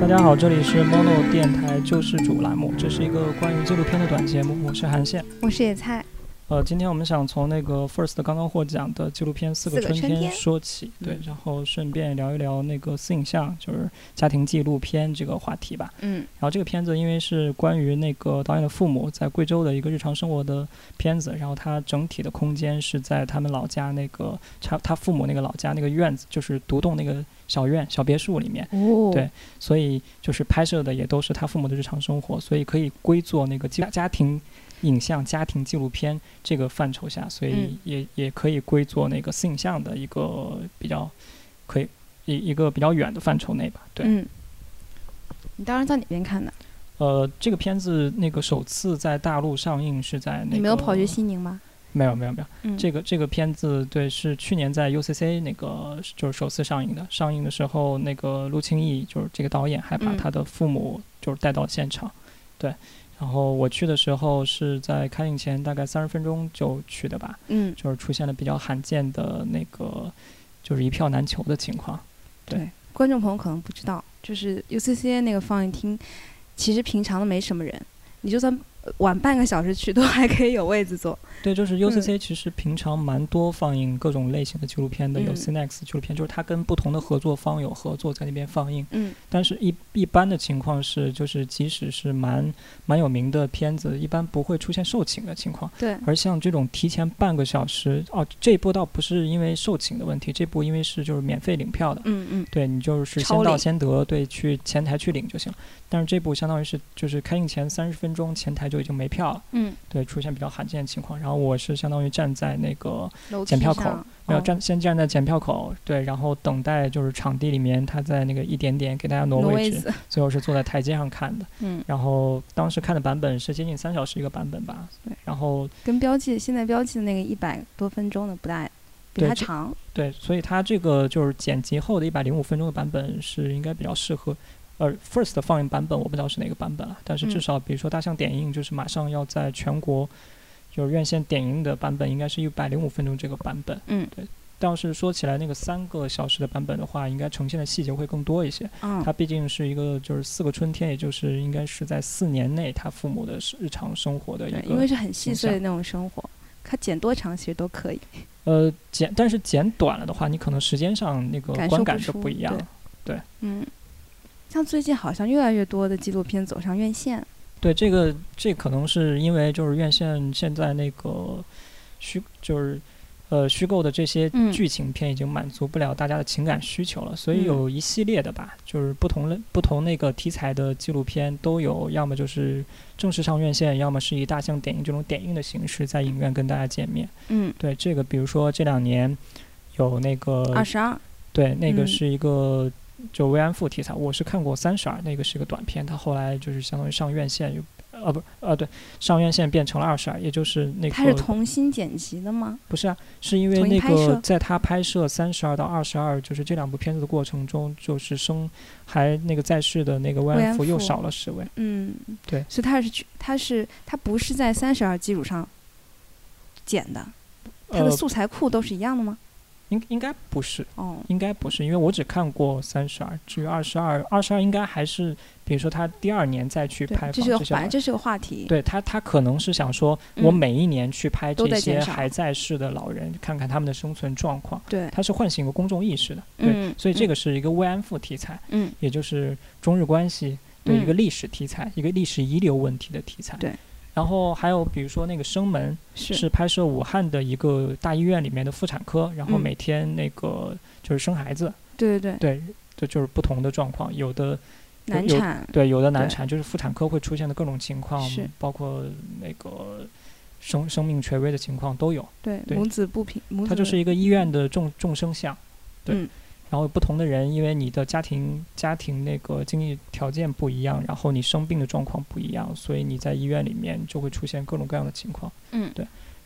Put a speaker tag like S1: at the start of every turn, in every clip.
S1: 大家好，这里是 Mono 电台救世主栏目，这是一个关于纪录片的短节目，我是韩宪。
S2: 我是野菜，
S1: 呃，今天我们想从那个 First 刚刚获奖的纪录片《四个
S2: 四个
S1: 春
S2: 春
S1: 天
S2: 天》
S1: 说起，对
S2: 嗯，
S1: 然后顺便聊一聊那个私影像，就是家庭纪录片这个话题吧。
S2: 嗯
S1: 然后这个片子因为是关于那个导演的父母在贵州的一个日常生活的片子，然后它整体的空间是在他们老家那个他他父母那个老家那个院子，就是独栋那个小院小别墅里面，
S2: 哦
S1: 对所以就是拍摄的也都是他父母的日常生活，所以可以归作那个家家庭影像、家庭纪录片这个范畴下，所以
S2: 嗯
S1: 也、也可以归作那个私影像的一个比较可以一一个比较远的范畴内吧。对，
S2: 嗯，你当时在哪边看的？
S1: 呃，这个片子那个首次在大陆上映是在那个
S2: 你没有跑去西宁吗？
S1: 没有没有没有
S2: 嗯，
S1: 这个这个片子对是去年在 UCC 那个就是首次上映的，上映的时候那个陆清义就是这个导演还把
S2: 嗯
S1: 他的父母就是带到现场，对，然后我去的时候是在开映前大概三十分钟就去的吧，
S2: 嗯，
S1: 就是出现了比较罕见的那个就是一票难求的情况，
S2: 对，观众朋友可能不知道，就是 UCCA 那个放映厅，其实平常都没什么人，你就算呃晚半个小时去，都还可以有位子坐。
S1: 对，就是
S2: 嗯
S1: UCC 其实平常蛮多放映各种类型的纪录片的，有
S2: 嗯
S1: Cinex 纪录片，就是它跟不同的合作方有合作在那边放映。
S2: 嗯
S1: 但是一一般的情况是，就是即使是蛮蛮有名的片子，一般不会出现售罄的情况。
S2: 对，
S1: 而像这种提前半个小时，哦，这一波倒不是因为售罄的问题，这波因为是就是免费领票的，
S2: 嗯嗯，
S1: 对你就是
S2: 超
S1: 先到
S2: 领
S1: 先得，对，去前台去领就行了。但是这部相当于是就是开映前三十分钟，前台就已经没票了，
S2: 嗯，
S1: 对，出现比较罕见的情况。然后我是相当于站在那个
S2: 楼梯
S1: 检票
S2: 上嗯
S1: 口没
S2: 哦
S1: 有站，先站在检票口，对，然后等待就是场地里面他在那个一点点给大家挪
S2: 挪
S1: 位置，
S2: 子，
S1: 最后是坐在台阶上看的。
S2: 嗯，
S1: 然后当时看的版本是接近三小时一个版本吧
S2: 对。
S1: 然后
S2: 跟标记现在标记的那个一百多分钟的不大，比
S1: 对
S2: 它
S1: 这
S2: 长。
S1: 对，所以它这个就是剪辑后的一百零五分钟的版本是应该比较适合。呃，first 的放映版本我不知道是哪个版本了，但是至
S2: 嗯
S1: 少比如说大象点映，就是马上要在全国就是院线点映的版本，应该是一百零五分钟这个版本。
S2: 嗯
S1: 倒是说起来那个三个小时的版本的话，应该呈现的细节会更多一些。
S2: 嗯
S1: 它毕竟是一个就是四个春天，也就是应该是在四年内他父母的日常生活的一
S2: 对，
S1: 个
S2: 因为是很细
S1: 形
S2: 碎的
S1: 象
S2: 那种生活，它剪多长其实都可以。
S1: 呃剪，但是剪短了的话，你可能时间上那个
S2: 感受
S1: 观
S2: 不
S1: 感是
S2: 出
S1: 不一样
S2: 对
S1: 的。
S2: 嗯，像最近好像越来越多的纪录片走上院线，
S1: 对，这个这可能是因为就是院线现在那个虚就是。呃，虚构的这些
S2: 嗯
S1: 剧情片已经满足不了大家的情感需求了，所以
S2: 嗯
S1: 有一系列的吧，就是不同类、不同那个题材的纪录片都有，要么就是正式上院线，要么是以大象点映这种点映的形式在影院跟大家见面。
S2: 嗯，
S1: 对这个，比如说这两年有那个
S2: 二十二，
S1: 对，那个
S2: 嗯
S1: 是一个就慰安妇题材，我是看过《三十二》，那个是一个短片，它后来就是相当于上院线又。呃不呃对，上院线变成了二十二，也就是那个
S2: 它是重新剪辑的吗？
S1: 不是啊，是因为
S2: 重新
S1: 那
S2: 拍摄
S1: 个在他拍摄三十二到二十二，就是这两部片子的过程中，就是生还那个在世的那个慰
S2: 慰
S1: 安
S2: 安
S1: 妇又
S2: 妇
S1: 少了十位，
S2: 嗯，
S1: 对
S2: 所以它是去，它是它不是在三十二基础上剪的，它的
S1: 呃
S2: 素材库都是一样的吗？
S1: 应应该不是，
S2: 哦，
S1: 应该不是，因为我只看过三十二，至于二十二，二十二应该还是比如说他第二年再去
S2: 对
S1: 拍，
S2: 这
S1: 访
S2: 是个
S1: 些
S2: 反正这是个话题。
S1: 对他，他可能是想说，我
S2: 嗯
S1: 每一年去拍
S2: 都
S1: 这
S2: 在
S1: 些
S2: 减少
S1: 还在世的老人，看看他们的生存状况，
S2: 对，
S1: 他是唤醒一个公众意识的。对，
S2: 嗯，
S1: 所以这个是一个慰安妇题材，
S2: 嗯，
S1: 也就是中日关系对一个
S2: 嗯
S1: 历史题材，一个历史遗留问题的题材。
S2: 对。
S1: 然后还有比如说那个生门
S2: 嗯
S1: 是
S2: 是
S1: 拍摄武汉的一个大医院里面的妇产科，然后
S2: 嗯
S1: 每天那个就是生孩子，
S2: 对对对，
S1: 对，这就是不同的状况，有的有
S2: 难
S1: 有
S2: 产，
S1: 对，有的难
S2: 对
S1: 产就是妇产科会出现的各种情况
S2: 是，
S1: 包括那个生生命垂危的情况都有。
S2: 对
S1: 对
S2: 母子不平，母子
S1: 它就是一个医院的众众生相，对。
S2: 嗯
S1: 然后不同的人，因为你的家庭家庭那个经济条件不一样，然后你生病的状况不一样，所以你在医院里面就会出现各种各样的情况。
S2: 嗯，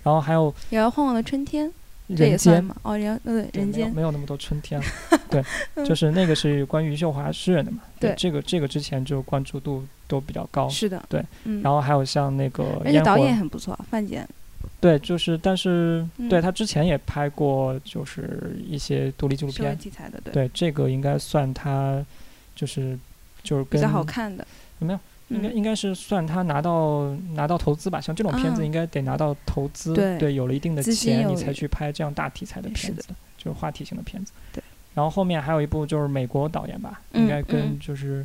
S1: 然后还有
S2: 摇摇晃晃的春天，这
S1: 人
S2: 也算
S1: 间，
S2: 吗？哦，人呃
S1: 对
S2: 人
S1: 没有
S2: 间，嗯
S1: 没有那么多春 天了，对，就是那个是关于秀华诗人的嘛。
S2: 对
S1: 这个这个之前就关注度都比较高，
S2: 是的，
S1: 对，
S2: 嗯，
S1: 然后还有像那个
S2: 而且
S1: 烟火。
S2: 导演很不错，范姐，
S1: 对，就是，但是、
S2: 嗯
S1: 对他之前也拍过，就是一些独立纪录
S2: 社会
S1: 片。
S2: 题材的，对，
S1: 对，这个应该算他就是就是
S2: 比
S1: 跟
S2: 较好看的，
S1: 有没有？应该
S2: 嗯，
S1: 应该是算他拿到拿到投资吧，像这种片子
S2: 啊
S1: 应该得拿到投资，
S2: 对
S1: 有了一定的
S2: 资金
S1: 钱你
S2: 有
S1: 才去拍这样大题材的
S2: 是
S1: 片
S2: 的
S1: 子，就是话题型的片子。
S2: 对。
S1: 然后后面还有一部就是美国导演吧，
S2: 嗯
S1: 应该跟
S2: 嗯
S1: 就是、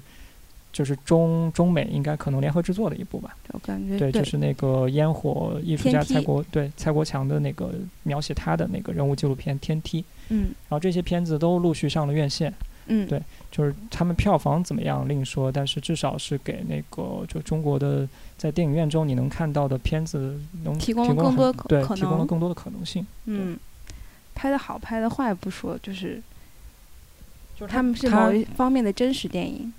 S1: 就是中中美应该可能联合制作的一部吧。
S2: 我感觉
S1: 对，就是那个烟火艺术
S2: 天
S1: 家
S2: 梯
S1: 蔡国对蔡国强的那个描写他的那个人物纪录片《天梯》，
S2: 嗯
S1: 然后这些片子都陆续上了院线。
S2: 嗯，
S1: 对就是他们票房怎么样另说，但是至少是给那个就中国的在电影院中你能看到的片子能
S2: 提供了
S1: 提供
S2: 更多
S1: 很
S2: 可
S1: 对
S2: 可
S1: 提供了
S2: 能
S1: 更多的可能性。
S2: 嗯，拍的好拍的坏不说，就是
S1: 就是
S2: 他们是
S1: 它
S2: 某一方面的真实电影，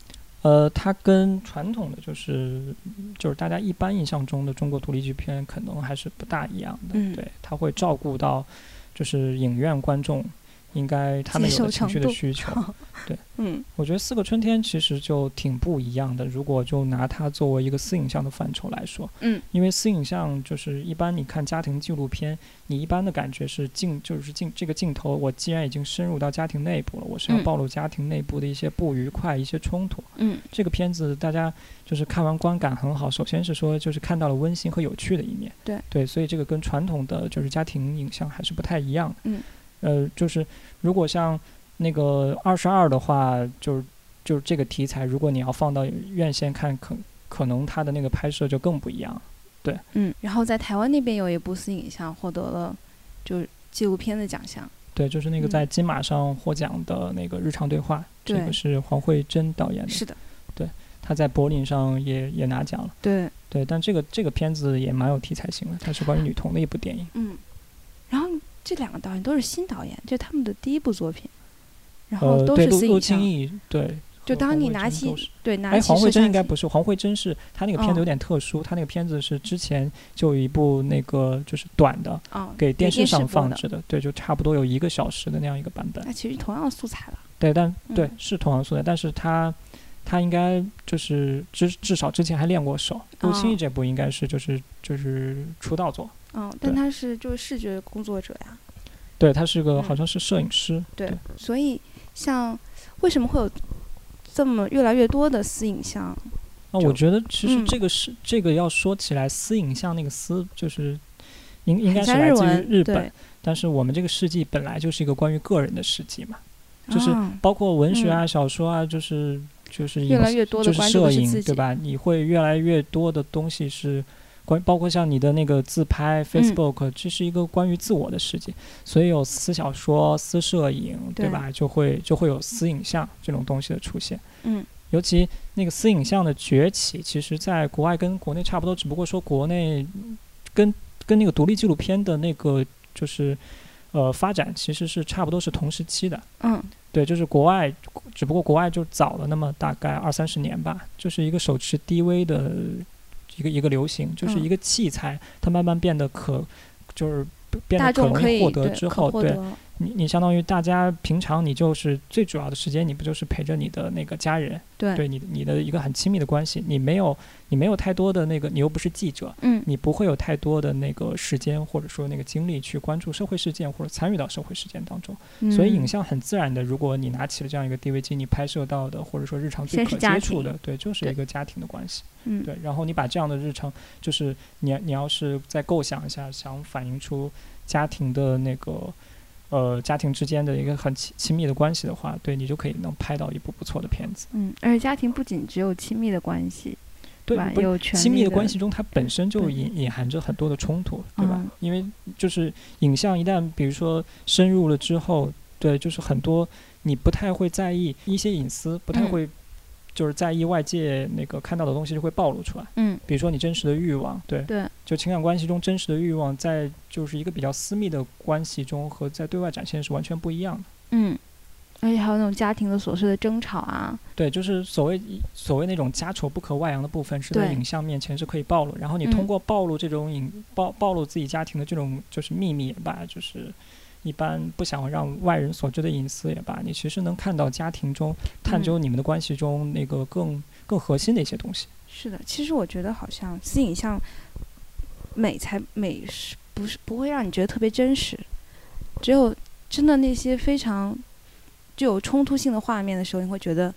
S1: 呃，它跟传统的就是就是大家一般印象中的中国独立剧片可能还是不大一样的，
S2: 嗯
S1: 对，它会照顾到就是影院观众应该他们
S2: 接
S1: 有的情
S2: 受
S1: 绪
S2: 程
S1: 的
S2: 度
S1: 需 求。
S2: 嗯
S1: 我觉得《四个春天》其实就挺不一样的。如果就拿它作为一个私影像的范畴来说，
S2: 嗯，
S1: 因为私影像就是一般你看家庭纪录片，你一般的感觉是镜就是镜这个镜头，我既然已经深入到家庭内部了，我是要
S2: 嗯
S1: 暴露家庭内部的一些不愉快、一些冲突。
S2: 嗯
S1: 这个片子大家就是看完观感很好，首先是说就是看到了温馨和有趣的一面，
S2: 对
S1: 所以这个跟传统的就是家庭影像还是不太一样的，
S2: 嗯，
S1: 呃，就是如果像那个二十二的话，就是就是这个题材，如果你要放到院线看，可可能它的那个拍摄就更不一样，
S2: 嗯，然后在台湾那边有一部私影像获得了就是纪录片的奖项，
S1: 对，就是那个
S2: 嗯
S1: 在金马上获奖的那个日常对话，这
S2: 对
S1: 个是黄慧珍导演的，
S2: 是的，
S1: 她在柏林上也也拿奖了。
S2: 对，
S1: 对，但这个这个片子也蛮有题材性的，它是关于女童的一部电影。
S2: 嗯，然后这两个导演都是新导演，这是他们的第一部作品，然后
S1: 呃，
S2: 都
S1: 对，
S2: 是
S1: 陆
S2: 私
S1: 陆
S2: 影
S1: 清
S2: 像，
S1: 义，对。
S2: 就
S1: 和
S2: 当
S1: 黄
S2: 你
S1: 慧
S2: 拿
S1: 珍
S2: 起
S1: 都是
S2: 对拿
S1: 哎，
S2: 起
S1: 黄慧
S2: 摄
S1: 珍
S2: 像
S1: 应该
S2: 机
S1: 不是，黄慧珍是她那个片子有
S2: 哦
S1: 点特殊，她那个片子是之前就有一部那个就是短的，
S2: 啊，
S1: 给电视上
S2: 播
S1: 放
S2: 的，
S1: 置的，对，就差不多有一个小时的那样一个版本
S2: 那。其实同样的素材了，
S1: 对，但对
S2: 嗯
S1: 是同行素材，但是她她应该就是至至少之前还练过手。陆清义
S2: 哦
S1: 这部应该是就是就是出道作，
S2: 嗯，但
S1: 对
S2: 他是就是视觉工作者呀，
S1: 对，他是个
S2: 嗯
S1: 好像是摄影师，
S2: 对
S1: 对，
S2: 所以像为什么会有这么越来越多的私影像？
S1: 那我
S2: 就
S1: 觉得其实
S2: 嗯
S1: 这个是、这个要说起来，私影像那个私就是应应该
S2: 很
S1: 是
S2: 像
S1: 来
S2: 日
S1: 自
S2: 文
S1: 于日本
S2: 对，，
S1: 但是我们这个世纪本来就是一个关于个人的世纪嘛，就是
S2: 啊
S1: 包括文学啊、小说啊，就是就是
S2: 越
S1: 影
S2: 来越多的
S1: 就是
S2: 关注
S1: 摄
S2: 的是
S1: 影
S2: 自己
S1: 对，吧？你会越来越多的东西是。关包括像你的那个自
S2: 嗯
S1: 拍、Facebook，这是一个关于自我的世界，所以有私小说、私摄影，对
S2: 对
S1: 吧？就会就会有私影像这种东西的出现。
S2: 嗯
S1: 尤其那个私影像的崛起，其实在国外跟国内差不多，只不过说国内跟跟那个独立纪录片的那个就是呃发展其实是差不多是同时期的。
S2: 嗯，
S1: 对，就是国外，只不过国外就早了那么大概二三十年吧，就是一个手持 DV 的一个一个流行，就是
S2: 嗯
S1: 一个器材，它慢慢变得可就是变
S2: 大
S1: 得可
S2: 众
S1: 容
S2: 可
S1: 易
S2: 以
S1: 获
S2: 对
S1: 得之
S2: 可
S1: 后，
S2: 获
S1: 对
S2: 得了
S1: 你你相当于大家平常你就是最主要的时间，你不就是陪着你的那个家人，
S2: 对
S1: 对你的你的一个很亲密的关系，你没有你没有太多的那个，你又不是记者，
S2: 嗯
S1: 你不会有太多的那个时间或者说那个精力去关注社会事件或者参与到社会事件当中，
S2: 嗯，
S1: 所以影像很自然的，如果你拿起了这样一个 DV 机，你拍摄到的或者说日常最
S2: 先
S1: 可
S2: 是家
S1: 接触的，对，就是
S2: 对
S1: 一个家庭的关系，
S2: 嗯
S1: 对，然后你把这样的日常，就是你你要是再构想一下，想反映出家庭的那个。呃，家庭之间的一个很亲亲密的关系的话，对你就可以能拍到一部不错的片子。
S2: 嗯，而且家庭不仅只有亲密的关系，
S1: 对，
S2: 吧？
S1: 不是
S2: 有权
S1: 亲密
S2: 利
S1: 的
S2: 的
S1: 关系中，它本身就
S2: 对
S1: 隐隐含着很多的冲突，对吧？
S2: 嗯
S1: 因为就是影像一旦比如说深入了之后，对，就是很多你不太会在意一些隐私，不太
S2: 嗯
S1: 会就是在意外界那个看到的东西就会暴露出来。
S2: 嗯，
S1: 比如说你真实的欲望，对，
S2: 对，
S1: 就情感关系中真实的欲望，在就是一个比较私密的关系中和在对外展现是完全不一样的。
S2: 嗯，而且还有那种家庭的琐事的争吵啊，
S1: 对，就是所谓所谓那种家丑不可外扬的部分，是在
S2: 对
S1: 影像面前是可以暴露。然后你
S2: 嗯
S1: 通过暴露这种影、暴暴露自己家庭的这种就是秘密也罢，就是一般不想让外人所知的隐私也罢，你其实能看到家庭中探
S2: 嗯
S1: 究你们的关系中那个更更核心的一些东西。
S2: 是的，其实我觉得好像私影像美才美是不是不会让你觉得特别真实，只有真的那些非常具有冲突性的画面的时候，你会觉得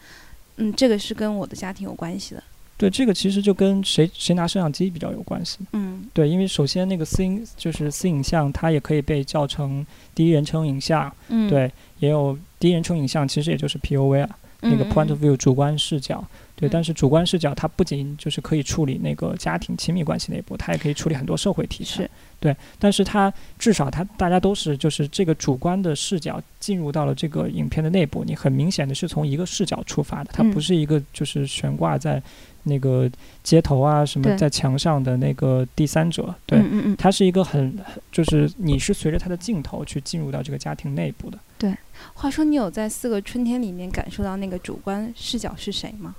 S2: 嗯，这个是跟我的家庭有关系的。
S1: 对，这个其实就跟谁谁拿摄像机比较有关系。
S2: 嗯
S1: 对，因为首先那个私影就是私影像，它也可以被叫成第一人称影像，
S2: 嗯，
S1: 对，也有第一人称影像，其实也就是 POV 啊，
S2: 嗯，
S1: 那个 point of
S2: 嗯
S1: view 主观视角。对，
S2: 嗯
S1: 但是主观视角它不仅就是可以处理那个家庭亲密关系那一步，它也可以处理很多社会题材
S2: 是。
S1: 对，但是它至少它大家都是就是这个主观的视角进入到了这个影片的内部，你很明显的是从一个视角出发的，它不
S2: 嗯
S1: 是一个就是悬挂在那个街头啊什么
S2: 对
S1: 在墙上的那个第三者。对，
S2: 嗯嗯嗯，
S1: 它是一个很就是你是随着它的镜头去进入到这个家庭内部的。
S2: 话说你有在《四个春天》里面感受到那个主观视角是谁吗？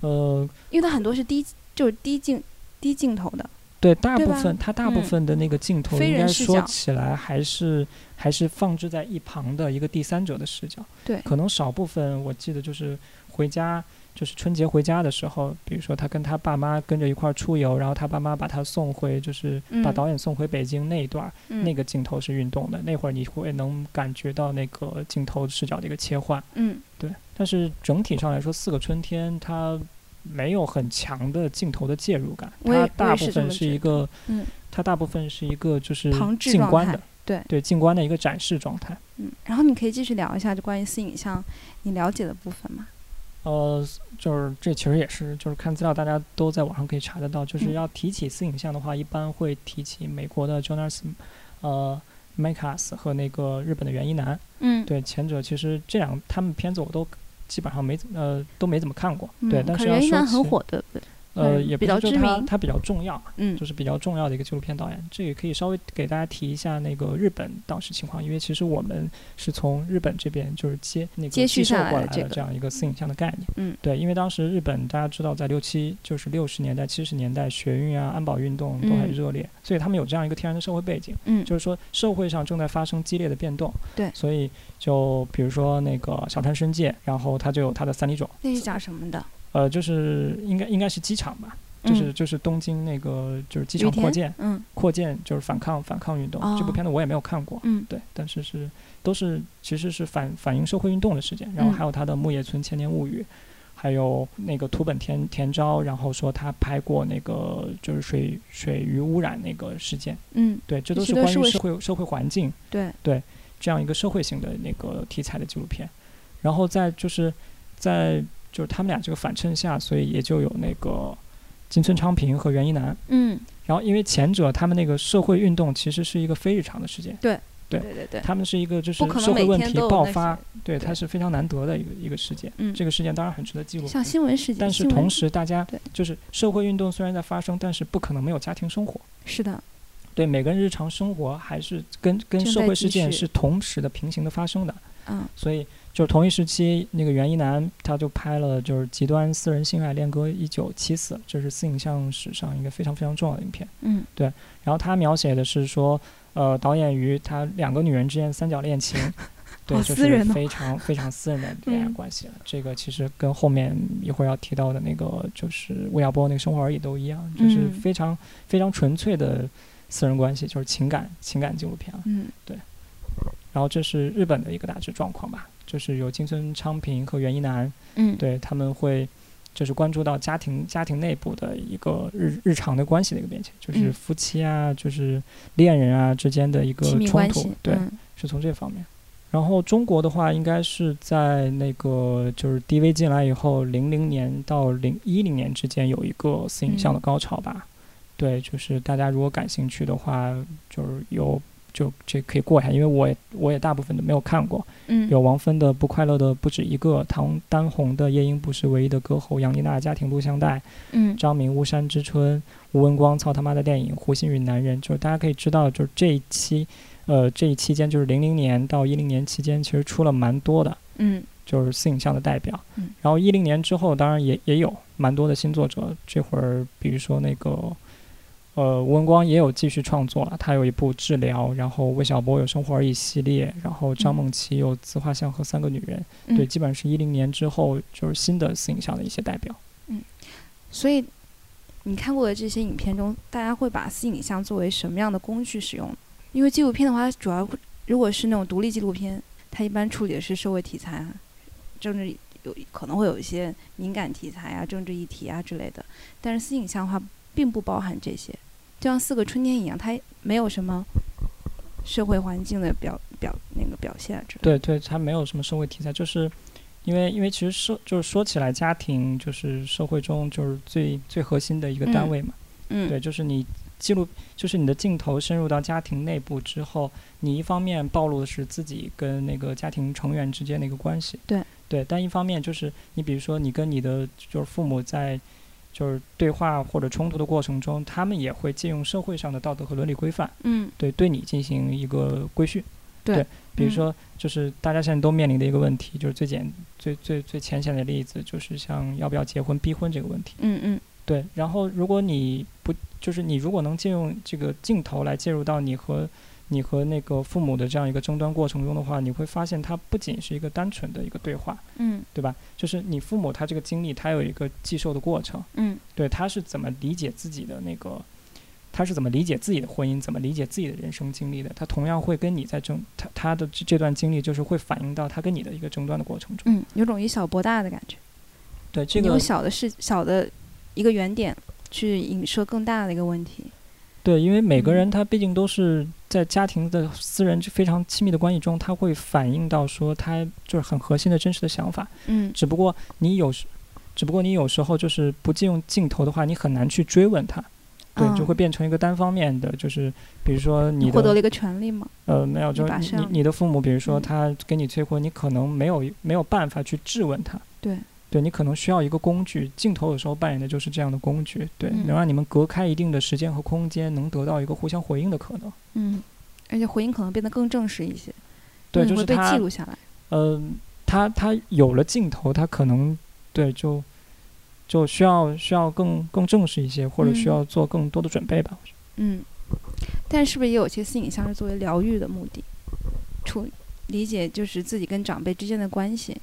S1: 呃，
S2: 因为它很多是低，就是低镜低镜头的。
S1: 对，大
S2: 对
S1: 部
S2: 吧
S1: 分它大部
S2: 嗯
S1: 分的那个镜头
S2: 非
S1: 应
S2: 人
S1: 该
S2: 视
S1: 说
S2: 角
S1: 起来还是还是放置在一旁的一个第三者的视角。
S2: 对
S1: 可能少部分我记得就是回家。就是春节回家的时候，比如说他跟他爸妈跟着一块儿出游，然后他爸妈把他送回，就是把
S2: 嗯
S1: 导演送回北京那一段儿，
S2: 嗯、
S1: 那个镜头是运动的，那会儿你会能感觉到那个镜头视角的一个切换。
S2: 嗯
S1: 对，但是整体上来说，《四个春天》它没有很强的镜头的介入感，
S2: 我也
S1: 它
S2: 我
S1: 大
S2: 也
S1: 部
S2: 是这
S1: 分
S2: 么
S1: 是
S2: 觉
S1: 一
S2: 得
S1: 个，
S2: 嗯
S1: 它大部分是一个就是
S2: 旁置
S1: 静
S2: 状
S1: 观
S2: 态
S1: 的，
S2: 对
S1: 对静观的一个展示状态。
S2: 嗯，然后你可以继续聊一下就关于私影像你了解的部分嘛？
S1: 呃，就是这其实也是，就是看资料，大家都在网上可以查得到。就是
S2: 嗯
S1: 要提起私影像的话，一般会提起美国的 Jonas，呃，Mekas 和那个日本的袁一男。
S2: 嗯，
S1: 对，前者其实这两他们片子我都基本上没怎么呃都没怎么看过。对，
S2: 嗯
S1: 但是
S2: 可是
S1: 要
S2: 袁一
S1: 说
S2: 楠很
S1: 起
S2: 火，对不对？
S1: 呃，
S2: 嗯
S1: 也
S2: 比
S1: 不是
S2: 较
S1: 就
S2: 知
S1: 他
S2: 名
S1: 他比较重要嘛，
S2: 嗯
S1: 就是比较重要的一个纪录片导演。这也可以稍微给大家提一下那个日本当时情况，因为其实我们是从日本这边就是接那个
S2: 接续
S1: 继受
S2: 下来
S1: 过
S2: 的
S1: 来
S2: 这
S1: 的
S2: 个
S1: 这样一个私影像的概念。
S2: 嗯，
S1: 对，因为当时日本大家知道，在六七就是六十年代、七十年代，学运啊、安保运动都很
S2: 嗯
S1: 热烈，所以他们有这样一个天然的社会背景。
S2: 嗯，
S1: 就是说社会上正在发生激烈的变动，
S2: 对
S1: 所以就比如说那个小川伸介，然后他就有他的三里冢，
S2: 那是讲什么的？
S1: 呃，就是应该应该是机场吧，就是、
S2: 嗯
S1: 就是东京那个就是机
S2: 机
S1: 场扩建，，
S2: 嗯
S1: 扩建就是反抗反抗运动，
S2: 哦
S1: 这部片子我也没有看过，
S2: 嗯
S1: 对，但是是都是其实是反反映社会运动的事件，然后
S2: 嗯
S1: 还有他的木野村千年物语。还有那个土本田田昭，然后说他拍过那个就是水水域污染那个事件，
S2: 嗯，
S1: 对，这
S2: 这
S1: 都
S2: 些
S1: 是
S2: 都
S1: 关
S2: 是
S1: 于
S2: 为
S1: 社会社会环境
S2: 对，
S1: 这样一个社会性的那个题材的纪录片，然后在就是在就是他们俩这个反衬下，所以也就有那个金村昌平和袁一男。
S2: 嗯，
S1: 然后因为前者他们那个社会运动其实是一个非日常的事件，对
S2: 对对对，
S1: 他们是一个就是
S2: 不可
S1: 社
S2: 能
S1: 会
S2: 每
S1: 问
S2: 天
S1: 题
S2: 都有
S1: 爆
S2: 那
S1: 发
S2: 些，
S1: 对，
S2: 对
S1: 它是非常难得的一个一个事件。
S2: 嗯，
S1: 这个事件当然很值得记录，
S2: 像新闻事件，
S1: 但是
S2: 新闻
S1: 同时大家
S2: 对
S1: 就是社会运动虽然在发生，但是不可能没有家庭生活。
S2: 是的，
S1: 对每个人日常生活还是跟跟
S2: 正
S1: 社
S2: 在
S1: 会
S2: 继
S1: 事件
S2: 续
S1: 是同时的平行的发生的，
S2: 嗯
S1: 所以就是同一时期，那个袁一男他就拍了就是《极端私人性爱恋歌一九七四》，这是私影像史上一个非常非常重要的影片。
S2: 嗯
S1: 然后他描写的是说，呃，导演与他两个女人之间三角恋 情，对，
S2: 好
S1: 就
S2: 私
S1: 是
S2: 人哦
S1: 非常非常私人 的恋爱
S2: 嗯
S1: 关系了。这个其实跟后面一会儿要提到的那个就是魏亚波那个《生活而已》都一样，就是
S2: 嗯
S1: 非常、非常纯粹的私人关系，就是情感情感纪录片了。
S2: 嗯
S1: 然后这是日本的一个大致状况吧，就是有金村昌平和袁一男，
S2: 嗯，
S1: 对他们会就是关注到家庭家庭内部的一个日日常的关系的一个变迁，就是
S2: 嗯
S1: 夫妻啊，就是恋人啊之间的一个
S2: 亲密
S1: 冲
S2: 关
S1: 突
S2: 系，，
S1: 对，
S2: 嗯
S1: 是从这方面。然后中国的话，应该是在那个就是 DV 进来以后，零零年到零一零年之间有一个私影像
S2: 嗯
S1: 的高潮吧。对，就是大家如果感兴趣的话，就是有就这可以过一下，因为我也我也大部分都没有看过。
S2: 嗯
S1: 有王菲的《不快乐的不止一个》，唐丹红的《夜莺不是唯一的歌喉》，杨丽娜《家庭录像带》，
S2: 嗯
S1: 张明《巫山之春》，吴文光《操他妈的电影》，胡鑫宇《男人》，就是大家可以知道，就是这一期，呃，这一期间就是零零年到一零年期间，其实出了蛮多的，
S2: 嗯
S1: 就是私影像的代表。
S2: 嗯
S1: 然后一零年之后，当然也也有蛮多的新作者，这会儿比如说那个。呃，吴文光也有继续创作了，他有一部《治疗》，然后魏小波有《生活而已》系列，然后张
S2: 嗯
S1: 梦琪有《自画像和三个女人》
S2: 嗯
S1: 对，基本上是一零年之后就是新的私影像的一些代表。
S2: 所以你看过的这些影片中，大家会把私影像作为什么样的工具使用呢？因为纪录片的话，它主要会如果是那种独立纪录片，它一般处理的是社会题材啊、政治有可能会有一些敏感题材啊、政治议题啊之类的，但是私影像的话并不包含这些，就像《四个春天》一样，它没有什么社会环境的表表那个表现啊之类
S1: 对
S2: 的。
S1: 对，它没有什么社会题材，就是因为因为其实社就是说起来，家庭就是社会中就是最最核心的一个单
S2: 嗯
S1: 位嘛。对，
S2: 嗯，
S1: 就是你记录，就是你的镜头深入到家庭内部之后，你一方面暴露的是自己跟那个家庭成员之间的一个关系，
S2: 对
S1: 对，但一方面就是你比如说你跟你的就是父母在就是对话或者冲突的过程中，他们也会借用社会上的道德和伦理规范，
S2: 嗯，
S1: 对对你进行一个规训，
S2: 对
S1: 比如
S2: 嗯
S1: 说就是大家现在都面临的一个问题，就是最简最最最浅显的例子就是像要不要结婚逼婚这个问题。
S2: 嗯嗯
S1: 对，然后如果你不就是你如果能借用这个镜头来介入到你和你和那个父母的这样一个争端过程中的话，你会发现它不仅是一个单纯的一个对话，
S2: 嗯
S1: 对吧？就是你父母他这个经历，他有一个寄受的过程，
S2: 嗯
S1: 对，他是怎么理解自己的那个，他是怎么理解自己的婚姻，怎么理解自己的人生经历的，他同样会跟你在争他他的这这段经历，就是会反映到他跟你的一个争端的过程中。
S2: 嗯，有种以小博大的感觉。
S1: 对，这
S2: 你用
S1: 个
S2: 小的视小的一个原点去影射更大的一个问题。
S1: 对，因为每个
S2: 嗯
S1: 人他毕竟都是在家庭的私人非常亲密的关系中，他会反映到说他就是很核心的真实的想法。
S2: 嗯
S1: 只不过你有时，只不过你有时候就是不借用镜头的话，你很难去追问他，对，就
S2: 嗯
S1: 会变成一个单方面的，就是比如说你
S2: 获得
S1: 的
S2: 了一个权利吗？
S1: 呃没有，
S2: 你
S1: 就是
S2: 把
S1: 你
S2: 摄像
S1: 你的父母，比如说
S2: 嗯
S1: 他跟你催婚，你可能没有没有办法去质问他，
S2: 对。
S1: 对你可能需要一个工具，镜头有时候扮演的就是这样的工具，对，
S2: 嗯
S1: 能让你们隔开一定的时间和空间，能得到一个互相回应的可能。
S2: 嗯，而且回应可能变得更正式一些，
S1: 对，
S2: 因
S1: 就
S2: 为嗯会
S1: 是
S2: 被
S1: 他
S2: 记，录下来。
S1: 嗯，他他有了镜头，他可能对就就需要需要更更正式一些，或者需
S2: 嗯
S1: 要做更多的准备吧。
S2: 嗯，但是不是也有些私影像是作为疗愈的目的，处理解就是自己跟长辈之间的关系？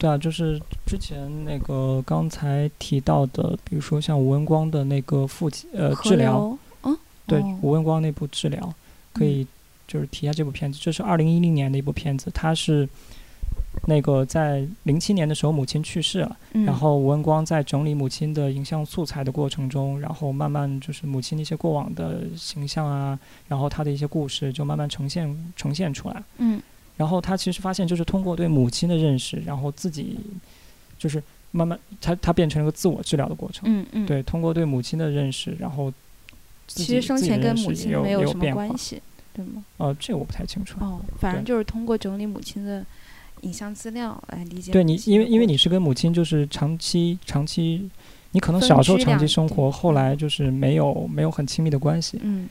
S1: 对啊，就是之前那个刚才提到的，比如说像吴文光的那个父亲呃
S2: 河
S1: 治疗，
S2: 流，嗯，
S1: 对
S2: 哦
S1: 吴文光那部治疗，可以就是提一下这部片子，这是二零一零年的一部片子，它是那个在零七年的时候母亲去世了。
S2: 嗯、
S1: 然后吴文光在整理母亲的影像素材的过程中，然后慢慢就是母亲的一些过往的形象啊，然后她的一些故事就慢慢呈现呈现出来。
S2: 嗯
S1: 然后他其实发现，就是通过对母亲的认识，然后自己就是慢慢他他变成了一个自我治疗的过程。
S2: 嗯嗯，，
S1: 对，通过对母亲的认识，然后自
S2: 其
S1: 己
S2: 实生
S1: 自己的
S2: 前跟
S1: 认
S2: 母
S1: 识
S2: 亲
S1: 也有
S2: 没
S1: 也
S2: 什么
S1: 变化
S2: 关。系，对吗？
S1: 呃，这我不太清楚。
S2: 哦，反正
S1: 对
S2: 就是通过整理母亲的影像资料来理解母亲的过。
S1: 对你，因为因为你是跟母亲就是长期长期，你可能
S2: 分
S1: 小时候
S2: 居
S1: 长期
S2: 两
S1: 生
S2: 地
S1: 活，后
S2: 嗯
S1: 来就是没有没有很亲密的关系，
S2: 嗯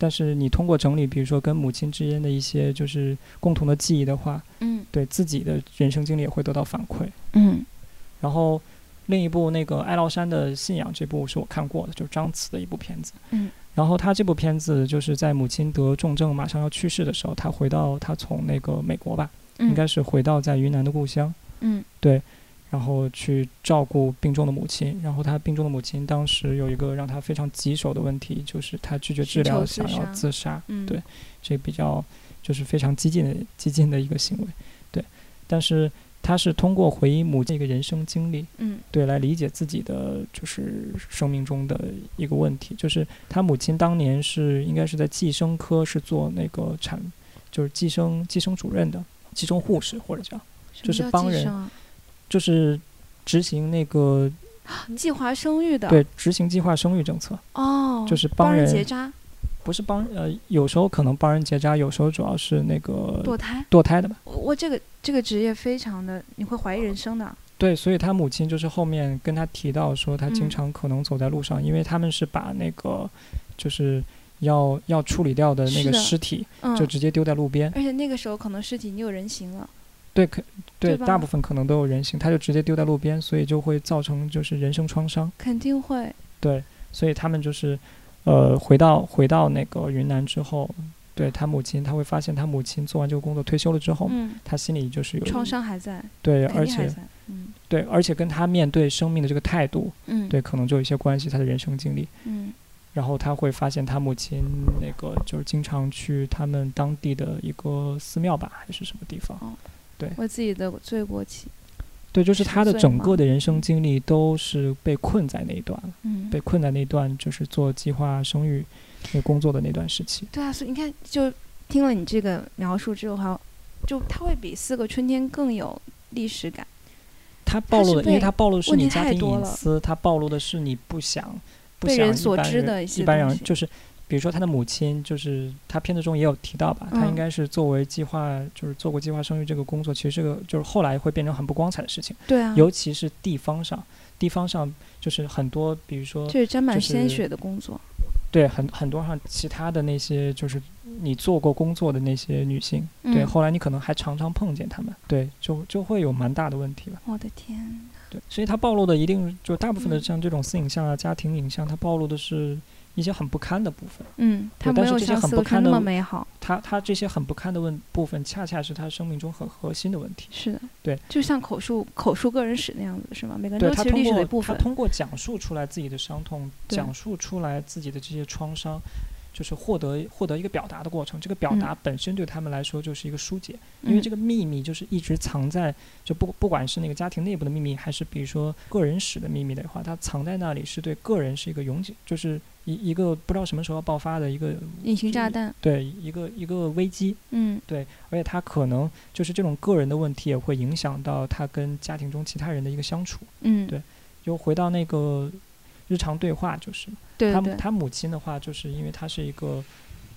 S1: 但是你通过整理，比如说跟母亲之间的一些就是共同的记忆的话，
S2: 嗯
S1: 对自己的人生经历也会得到反馈。
S2: 嗯
S1: 然后另一部那个《哀牢山的信仰》这部是我看过的，就是张慈的一部片子。
S2: 嗯。
S1: 然后他这部片子就是在母亲得重症马上要去世的时候，他回到他从那个美国吧，
S2: 嗯，
S1: 应该是回到在云南的故乡，
S2: 嗯
S1: 然后去照顾病重的母亲。然后他病重的母亲当时有一个让他非常棘手的问题，就是他拒绝
S2: 寻
S1: 治
S2: 求
S1: 疗，
S2: 自
S1: 想要
S2: 杀
S1: 自杀。
S2: 嗯
S1: 对这比较就是非常激进的激进的一个行为，对。但是他是通过回忆母亲一个人生经历，
S2: 嗯
S1: 对，来理解自己的就是生命中的一个问题，就是他母亲当年是应该是在计生科是做那个产，就是计生计生主任的，计生护士或者叫
S2: 什
S1: 就
S2: 么
S1: 是
S2: 叫
S1: 帮
S2: 计
S1: 人
S2: 生啊
S1: 就是执行那个
S2: 计划生育的
S1: 对执行计划生育政策，
S2: 哦，
S1: 就是
S2: 帮
S1: 帮人
S2: 结扎、
S1: 不是帮呃有时候可能帮人结扎，有时候主要是那个
S2: 堕胎。
S1: 堕胎的吧。
S2: 我我这个这个职业非常的，你会怀疑人生的。
S1: 对，所以他母亲就是后面跟他提到说，他经
S2: 嗯
S1: 常可能走在路上，因为他们是把那个就是要要处理掉的那
S2: 是
S1: 个
S2: 的
S1: 尸体
S2: 嗯，
S1: 就直接丢在路边。
S2: 而且那个时候可能尸体已经有人形了。
S1: 对，可对
S2: 对吧
S1: 大部分可能都有人形，他就直接丢在路边，所以就会造成就是人生创伤。
S2: 肯定会，
S1: 对，所以他们就是呃回到回到那个云南之后，对他母亲，他会发现他母亲做完这个工作退休了之后，
S2: 嗯，
S1: 他心里哦就是有
S2: 创伤还在，
S1: 对，
S2: 肯
S1: 而
S2: 定还
S1: 且
S2: 在，嗯
S1: 对，而且跟他面对生命的这个态度，
S2: 嗯，
S1: 对，可能就有一些关系，他的人生经历。
S2: 嗯
S1: 然后他会发现他母亲那个就是经常去他们当地的一个寺庙吧，还是什么地方？
S2: 为自己的罪过起，
S1: 对，就是他的
S2: 碎
S1: 整
S2: 吗
S1: 个的人生经历都是被困在那一段了，
S2: 嗯，
S1: 被困在那段就是做计划生育、那工作的那段时期。
S2: 对啊，所以你看，就听了你这个描述之后，哈，就它会比四个春天更有历史感。
S1: 他暴露
S2: 是
S1: 的，因为
S2: 被
S1: 他暴露的是
S2: 问
S1: 你
S2: 题
S1: 家
S2: 太
S1: 庭
S2: 多
S1: 隐
S2: 了
S1: 私，他暴露的是你不想不
S2: 被
S1: 想
S2: 人
S1: 一
S2: 所
S1: 般
S2: 知
S1: 人
S2: 的一些
S1: 一般
S2: 东
S1: 人
S2: 西
S1: 就是，比如说他的母亲，就是他片子中也有提到吧，他应
S2: 嗯
S1: 该是作为计划，就是做过计划生育这个工作，其实这个就是后来会变成很不光彩的事情，
S2: 对啊，
S1: 尤其是地方上，地方上就是很多，比如说
S2: 这是沾满
S1: 就
S2: 鲜
S1: 是
S2: 血的工作。
S1: 对很很多上其他的那些就是你做过工作的那些女性，对，
S2: 嗯
S1: 后来你可能还常常碰见她们，对，就就会有蛮大的问题吧。
S2: 我的天，
S1: 对，所以它暴露的一定就大部分的
S2: 嗯
S1: 像这种私影像啊、家庭影像，它暴露的是一些很不堪的部分。
S2: 嗯，它
S1: 但
S2: 没
S1: 是
S2: 有
S1: 这些
S2: 像
S1: 很
S2: 四
S1: 不
S2: 个
S1: 堪
S2: 春那
S1: 的
S2: 么美好。
S1: 它它这些很不堪的问部分，恰恰是他生命中很核心的问题。
S2: 是的，
S1: 对，
S2: 就像口述口述个人史那样子，是吗？每个人
S1: 对
S2: 都
S1: 他
S2: 其实
S1: 通
S2: 历史的一部
S1: 过他
S2: 分。
S1: 通过讲述出来自己的伤痛，
S2: 对
S1: 讲述出来自己的这些创伤，就是获得获得一个表达的过程。这个表达本身对他们来说就是一个疏解，因为
S2: 嗯
S1: 这个秘密就是一直藏在，就不不管是那个家庭内部的秘密，还是比如说个人史的秘密的话，它藏在那里是对个人是一个永久，就是一一个不知道什么时候要爆发的一个
S2: 隐形炸
S1: 是
S2: 弹，
S1: 对一个一个危机，
S2: 嗯，
S1: 而且他可能就是这种个人的问题也会影响到他跟家庭中其他人的一个相处。
S2: 嗯，
S1: 对又回到那个日常对话，就是
S2: 对
S1: 他
S2: 对
S1: 他母亲的话，就是因为她是一个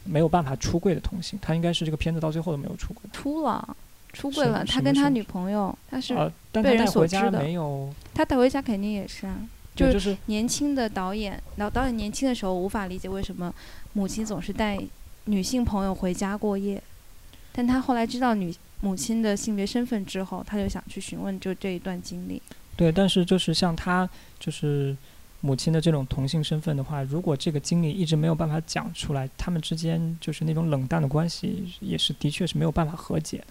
S1: 没有办法出柜的同性，她应该是这个片子到最后都没有出柜
S2: 出了，出柜
S1: 什
S2: 了。
S1: 什
S2: 他
S1: 么
S2: 跟
S1: 时
S2: 他
S1: 候
S2: 女朋友，他是、
S1: 的。啊，但
S2: 被
S1: 她
S2: 人
S1: 带
S2: 所
S1: 回
S2: 知
S1: 家
S2: 的
S1: 没有，
S2: 他带回家肯定也是啊。
S1: 对
S2: 就
S1: 就是
S2: 年轻的导演，老导演年轻的时候无法理解为什么母亲总是带女性朋友回家过夜，但他后来知道女母亲的性别身份之后，他就想去询问就这一段经历。
S1: 对，但是就是像她就是母亲的这种同性身份的话，如果这个经历一直没有办法讲出来，他们之间就是那种冷淡的关系，也是的确是没有办法和解的。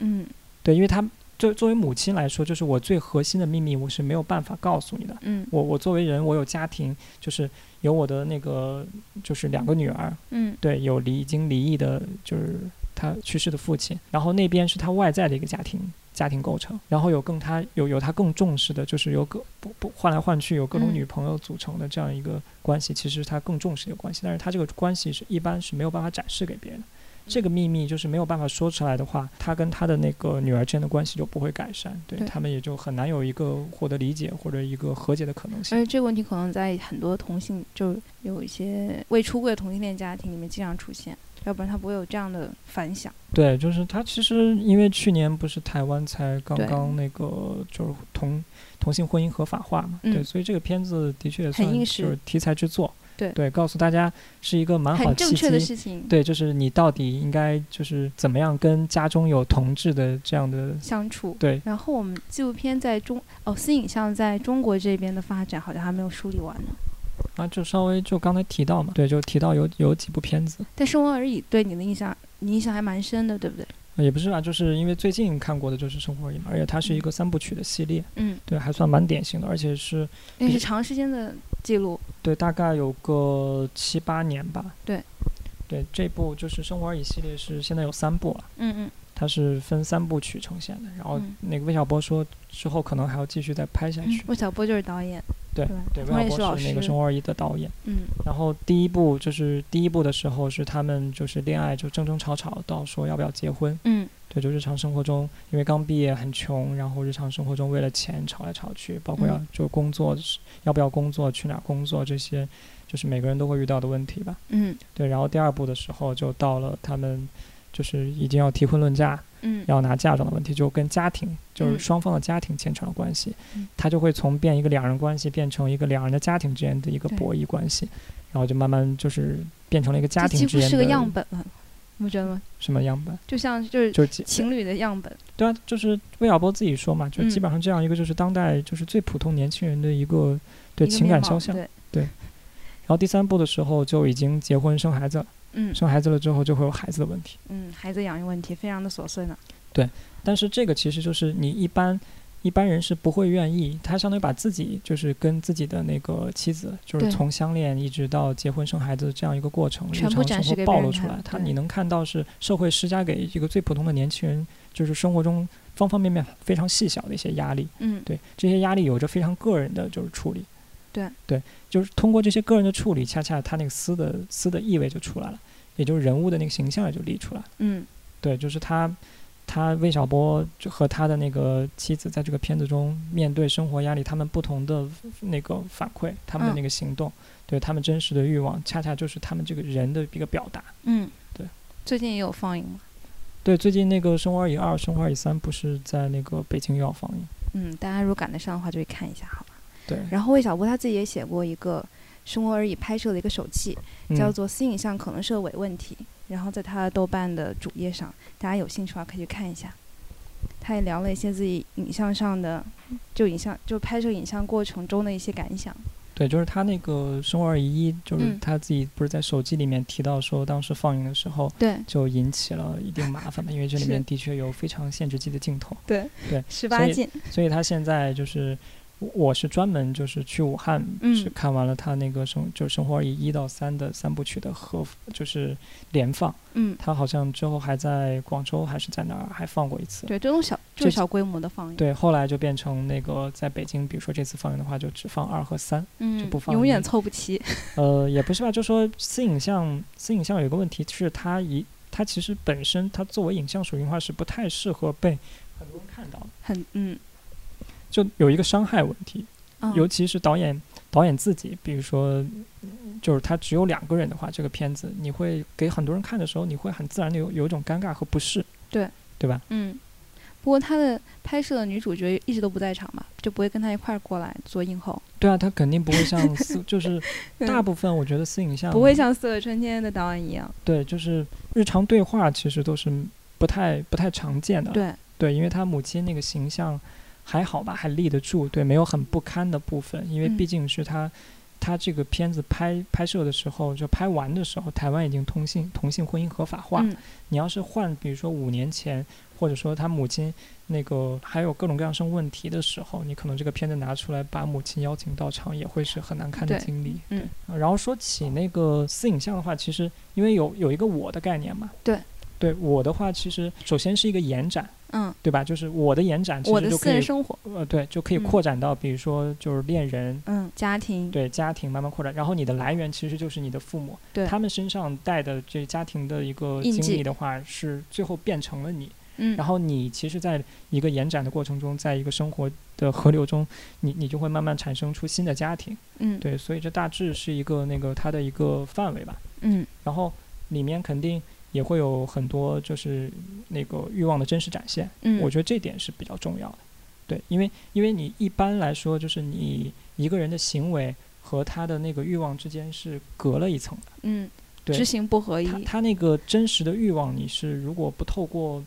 S2: 嗯
S1: 对，因为她作作为母亲来说，就是我最核心的秘密，我是没有办法告诉你的。
S2: 嗯
S1: 我我作为人，我有家庭，就是有我的那个，就是两个女儿，
S2: 嗯
S1: 对，有离已经离异的，就是他去世的父亲，然后那边是他外在的一个家庭家庭构成，然后有更他有有他更重视的，就是有各不不换来换去有各种
S2: 嗯
S1: 女朋友组成的这样一个关系，其实他更重视这个关系，但是他这个关系是一般是没有办法展示给别人
S2: 嗯
S1: 的。这个秘密就是没有办法说出来的话，他跟他的那个女儿之间的关系就不会改善，对
S2: 对
S1: 他们也就很难有一个获得理解或者一个和解的可能性
S2: 而。且这个问题可能在很多同性，就有一些未出柜的同性恋家庭里面经常出现，要不然他不会有这样的反响。
S1: 对，就是他其实因为去年不是台湾才刚
S2: 对
S1: 刚那个就是同同性婚姻合法化嘛，
S2: 嗯
S1: 对，所以这个片子的确也
S2: 很
S1: 算
S2: 应
S1: 就
S2: 时
S1: 是题材之作，
S2: 对
S1: 告诉大家是一个蛮好
S2: 很
S1: 契
S2: 正确的
S1: 机。
S2: 事情，
S1: 对，就是你到底应该就是怎么样跟家中有同志的这样的
S2: 相处。
S1: 对
S2: 然后我们纪录片在中哦，私影像在中国这边的发展好像还没有梳理完呢。
S1: 啊，就稍微就刚才提到嘛，对，就提到有有几部片子，
S2: 但《生活而已》对你的印象，你印象还蛮深的，对不对？
S1: 也不是吧，就是因为最近看过的就是《生活而已》嘛，而且它是一个三部曲的系列，
S2: 嗯，
S1: 对，还算蛮典型的，而且是
S2: 那是
S1: 对
S2: 长时间的记录。
S1: 对，大概有个七八年吧。
S2: 对，
S1: 对，这部就是《生活而已》系列是现在有三部了，
S2: 嗯嗯，
S1: 它是分三部曲呈现的。然后
S2: 嗯
S1: 那个魏小波说之后可能还要继续再拍下去。
S2: 魏晓波就是导演，
S1: 对
S2: 吧？
S1: 对，
S2: 同样
S1: 魏
S2: 也是
S1: 小
S2: 老
S1: 波是那
S2: 师
S1: 个《生。活而已》的导演。
S2: 嗯
S1: 然后第一部就是第一部的时候是他们就是恋爱就争争吵吵到说要不要结婚，
S2: 嗯
S1: 对，就日常生活中因为刚毕业很穷，然后日常生活中为了钱吵来吵去，包括要
S2: 嗯
S1: 就工作、要不要工作、去哪儿工作这些，就是每个人都会遇到的问题吧。
S2: 嗯
S1: 对，然后第二部的时候就到了他们就是已经要提婚论嫁，
S2: 嗯
S1: 要拿嫁妆的问题，就跟家庭就是
S2: 嗯
S1: 双方的家庭牵扯了关系，
S2: 嗯
S1: 他就会从变一个两人关系变成一个两人的家庭之间的一个
S2: 对
S1: 博弈关系，然后就慢慢就是变成了一个家
S2: 这
S1: 庭
S2: 几
S1: 之
S2: 乎
S1: 间
S2: 是个
S1: 的
S2: 样本了，你不觉得吗？
S1: 什么样本，
S2: 就像就是
S1: 就是几
S2: 情侣的样本。
S1: 对啊，就是魏晓波自己说嘛，就
S2: 嗯
S1: 基本上这样一个就是当代就是最普通年轻人的一个对
S2: 一个
S1: 情
S2: 面
S1: 感
S2: 貌
S1: 肖像。
S2: 对，
S1: 然后第三部的时候就已经结婚生孩子了，
S2: 嗯
S1: 生孩子了之后就会有孩子的问题。
S2: 嗯，孩子养育问题非常的琐碎呢。
S1: 但是这个其实就是你一般一般人是不会愿意，他相当于把自己就是跟自己的那个妻子，就是
S2: 对
S1: 从相恋一直到结婚生孩子这样一个过程，日
S2: 全部
S1: 常
S2: 展
S1: 生
S2: 示
S1: 活
S2: 给
S1: 暴
S2: 别人
S1: 露出
S2: 看
S1: 来。他
S2: 对
S1: 你能看到是社会施加给一个最普通的年轻人，就是生活中方方面面非常细小的一些压力。
S2: 嗯，
S1: 对这些压力有着非常个人的就是处理。
S2: 对
S1: 对，就是通过这些个人的处理，恰恰他那个思的思的意味就出来了，也就是人物的那个形象也就立出来了。
S2: 嗯，
S1: 对，就是他，他魏小波就和他的那个妻子在这个片子中面对生活压力，他们不同的那个反馈，他们的
S2: 嗯
S1: 那个行动，对他们真实的欲望，恰恰就是他们这个人的一个表达。
S2: 嗯，
S1: 对。
S2: 最近也有放映吗？
S1: 对，最近那个《生活而已二》《生活而已三》不是在那个北京又要放映？
S2: 嗯，大家如果赶得上的话，就去看一下好了。
S1: 对，
S2: 然后魏小波他自己也写过一个《生活而已》拍摄的一个手记，叫
S1: 嗯、
S2: 做《私影像可能是个伪问题》，然后在他的豆瓣的主页上，大家有兴趣的话可以去看一下。他也聊了一些自己影像上的，就影像就拍摄影像过程中的一些感想。
S1: 对，就是他那个《生活而已一》，就是
S2: 嗯
S1: 他自己不是在手机里面提到说，当时放映的时候
S2: 对
S1: 就引起了一定麻烦吧，因为这里
S2: 是
S1: 面的确有非常限制级的镜头。
S2: 对
S1: 对所
S2: 十八
S1: 以
S2: 禁，
S1: 所以他现在就是，我我是专门就是去武汉
S2: 嗯
S1: 去看完了他那个生就是《生活而已》一到三的三部曲的合就是连放，
S2: 嗯，
S1: 他好像之后还在广州还是在哪儿还放过一次。
S2: 对，这种小就
S1: 这
S2: 是小规模的放映，
S1: 对，后来就变成那个在北京，比如说这次放映的话，就只放二和三。
S2: 嗯
S1: 不，放
S2: 永远
S1: 映
S2: 凑不齐。
S1: 呃，也不是吧，就说私影像，私影像有一个问题是它一，它其实本身它作为影像属性化是不太适合被很多人看到的，
S2: 很嗯，
S1: 就有一个伤害问题。
S2: 嗯
S1: 尤其是导演导演自己，比如说，就是他只有两个人的话，这个片子你会给很多人看的时候，你会很自然的有有一种尴尬和不适，
S2: 对
S1: 对吧？
S2: 嗯，不过他的拍摄的女主角一直都不在场吧，就不会跟他一块儿过来做映后，
S1: 对啊，他肯定不会 像私，就是大
S2: 嗯
S1: 部分我觉得私影像
S2: 不会像《四月春天》的导演一样，
S1: 对，就是日常对话其实都是不太不太常见的，
S2: 对，嗯
S1: 对，因为他母亲那个形象还好吧，还立得住，对，没有很不堪的部分，因为
S2: 嗯
S1: 毕竟是他、他这个片子拍拍摄的时候，就拍完的时候，台湾已经同性同性婚姻合法化，
S2: 嗯
S1: 你要是换，比如说五年前，或者说他母亲那个还有各种各样生问题的时候，你可能这个片子拿出来，把母亲邀请到场，也会是很难堪的
S2: 对
S1: 经历。
S2: 嗯
S1: 对。然后说起那个私影像的话，其实因为有有一个我的概念嘛。
S2: 对。
S1: 对我的话，其实首先是一个延展，
S2: 嗯，
S1: 对吧？就是我的延展，其
S2: 我
S1: 实
S2: 的
S1: 就
S2: 私
S1: 可
S2: 人
S1: 以
S2: 生活，
S1: 呃，对，就可以
S2: 嗯
S1: 扩展到，比如说就是恋人，
S2: 嗯，家庭，
S1: 对家庭慢慢扩展，然后你的来源其实就是你的父母，
S2: 对
S1: 他们身上带的这家庭的一个
S2: 印
S1: 经
S2: 记
S1: 历的话，是最后变成了你。
S2: 嗯，
S1: 然后你其实，在一个延展的过程中，在一个生活的河流中，你你就会慢慢产生出新的家庭。
S2: 嗯，
S1: 对，所以这大致是一个那个它的一个范围吧。
S2: 嗯，
S1: 然后里面肯定也会有很多就是那个欲望的真实展现。
S2: 嗯，
S1: 我觉得这点是比较重要的。对，因为因为你一般来说就是你一个人的行为和他的那个欲望之间是隔了一层的。
S2: 嗯，
S1: 对
S2: 知行不合
S1: 他
S2: 一，
S1: 他那个真实的欲望，你是如果不透过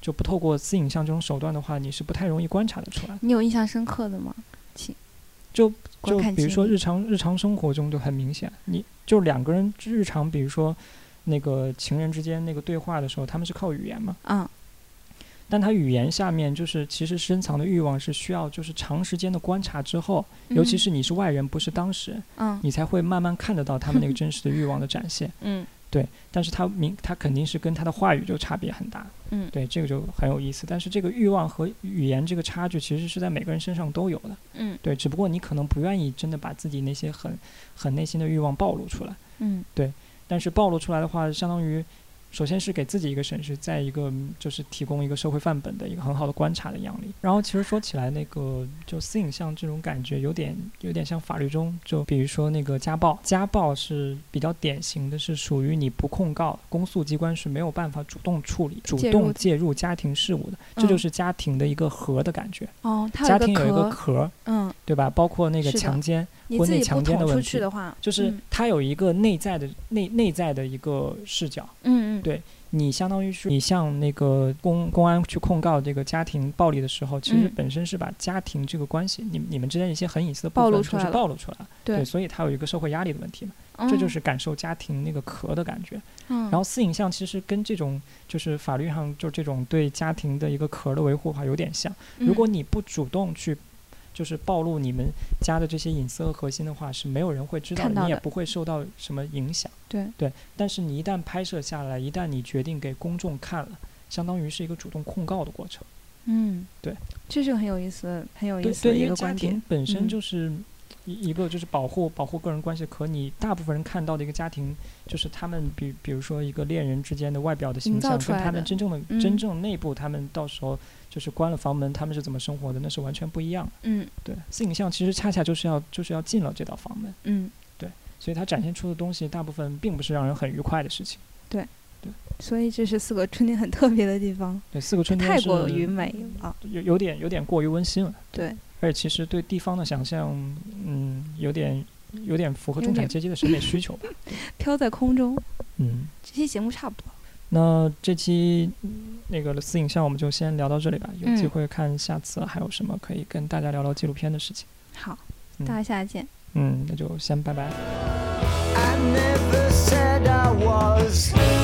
S1: 就不透过私影像这种手段的话，你是不太容易观察得出来的。
S2: 你有印象深刻的吗？
S1: 就
S2: 观
S1: 就
S2: 看
S1: 比如
S2: 经
S1: 说
S2: 历
S1: 日常日常生活中就很明显，你就两个人日常，比如说那个情人之间那个对话的时候，他们是靠语言嘛，
S2: 嗯，
S1: 但他语言下面就是其实深藏的欲望是需要就是长时间的观察之后，尤其
S2: 嗯
S1: 是你是外人不是当事人，
S2: 嗯
S1: 你才会慢慢看得到他们那个真实的欲望的展现。
S2: 嗯
S1: 对，但是他明他肯定是跟他的话语就差别很大。
S2: 嗯
S1: 对，这个就很有意思。但是这个欲望和语言这个差距其实是在每个人身上都有的。
S2: 嗯
S1: 对，只不过你可能不愿意真的把自己那些很很内心的欲望暴露出来，
S2: 嗯
S1: 但是暴露出来的话，相当于首先是给自己一个审视，再一个嗯就是提供一个社会范本的一个很好的观察的样例。然后其实说起来，那个就私影像这种感觉，有点有点像法律中，就比如说那个家暴，家暴是比较典型的，是属于你不控告，公诉机关是没有办法主动处理、主
S2: 介入
S1: 动介入家庭事务的，这就
S2: 嗯
S1: 是家庭的一个核的感觉，
S2: 哦，他
S1: 家
S2: 有
S1: 庭
S2: 一
S1: 有一个
S2: 个壳，
S1: 壳。
S2: 嗯，
S1: 对吧？包括那个
S2: 是的
S1: 强奸，
S2: 你
S1: 国
S2: 自
S1: 内
S2: 己不
S1: 强奸的
S2: 捅出
S1: 问
S2: 去
S1: 题
S2: 的话，
S1: 就是
S2: 嗯
S1: 它有一个内在的内内在的一个视角，
S2: 嗯嗯，
S1: 对你相当于是你向那个公公安去控告这个家庭暴力的时候，其实
S2: 嗯
S1: 本身是把家庭这个关系，你你们之间一些很隐私的部
S2: 暴
S1: 分
S2: 露
S1: 就
S2: 出来
S1: 是
S2: 了
S1: 暴露出来了，
S2: 对
S1: 所以它有一个社会压力的问题嘛，这就是感受家庭那个壳的感觉。
S2: 嗯，
S1: 然后私影像其实跟这种就是法律上就这种对家庭的一个壳的维护哈有点像，如果
S2: 嗯
S1: 你不主动去。就是暴露你们家的这些隐私和核心的话，是没有人会知道
S2: 看到
S1: 的，你也
S2: 的
S1: 不会受到什么影响。
S2: 对
S1: 但是你一旦拍摄下来，一旦你决定给公众看了，相当于是一个主动控告的过程。
S2: 嗯
S1: 对，
S2: 这是很有意思的很有意
S1: 对
S2: 思的
S1: 对，因
S2: 一
S1: 为
S2: 个
S1: 家
S2: 观
S1: 庭
S2: 点，
S1: 本身
S2: 嗯
S1: 就是一一个就是保护保护个人关系，可你大部分人看到的一个家庭，就是他们比比如说一个恋人之间的外表的形
S2: 营造
S1: 象，
S2: 出
S1: 跟
S2: 来
S1: 他们
S2: 的
S1: 真正的、
S2: 嗯
S1: 真正内部，他们到时候就是关了房门，他们是怎么生活的，那是完全不一样的。
S2: 嗯
S1: 对，私影像其实恰恰就是要就是要进了这道房门，
S2: 嗯，
S1: 所以它展现出的东西大部分并不是让人很愉快的事情。
S2: 所以这是四个春天很特别的地方，
S1: 对，四个春天
S2: 太
S1: 是嗯
S2: 过于美了，
S1: 有有点有点过于温馨了。
S2: 对，
S1: 而且其实对地方的想象，嗯，有点有点符合中
S2: 有点
S1: 产阶级的审美需求 吧。
S2: 飘在空中。
S1: 嗯，
S2: 这期节目差不多，
S1: 那这期嗯那个私影像我们就先聊到这里吧，有机
S2: 嗯
S1: 会看下次还有什么可以跟大家聊聊纪录片的事情。
S2: 好，
S1: 嗯
S2: 大家下次见。
S1: 嗯，那就先拜拜。
S3: I never said I was. I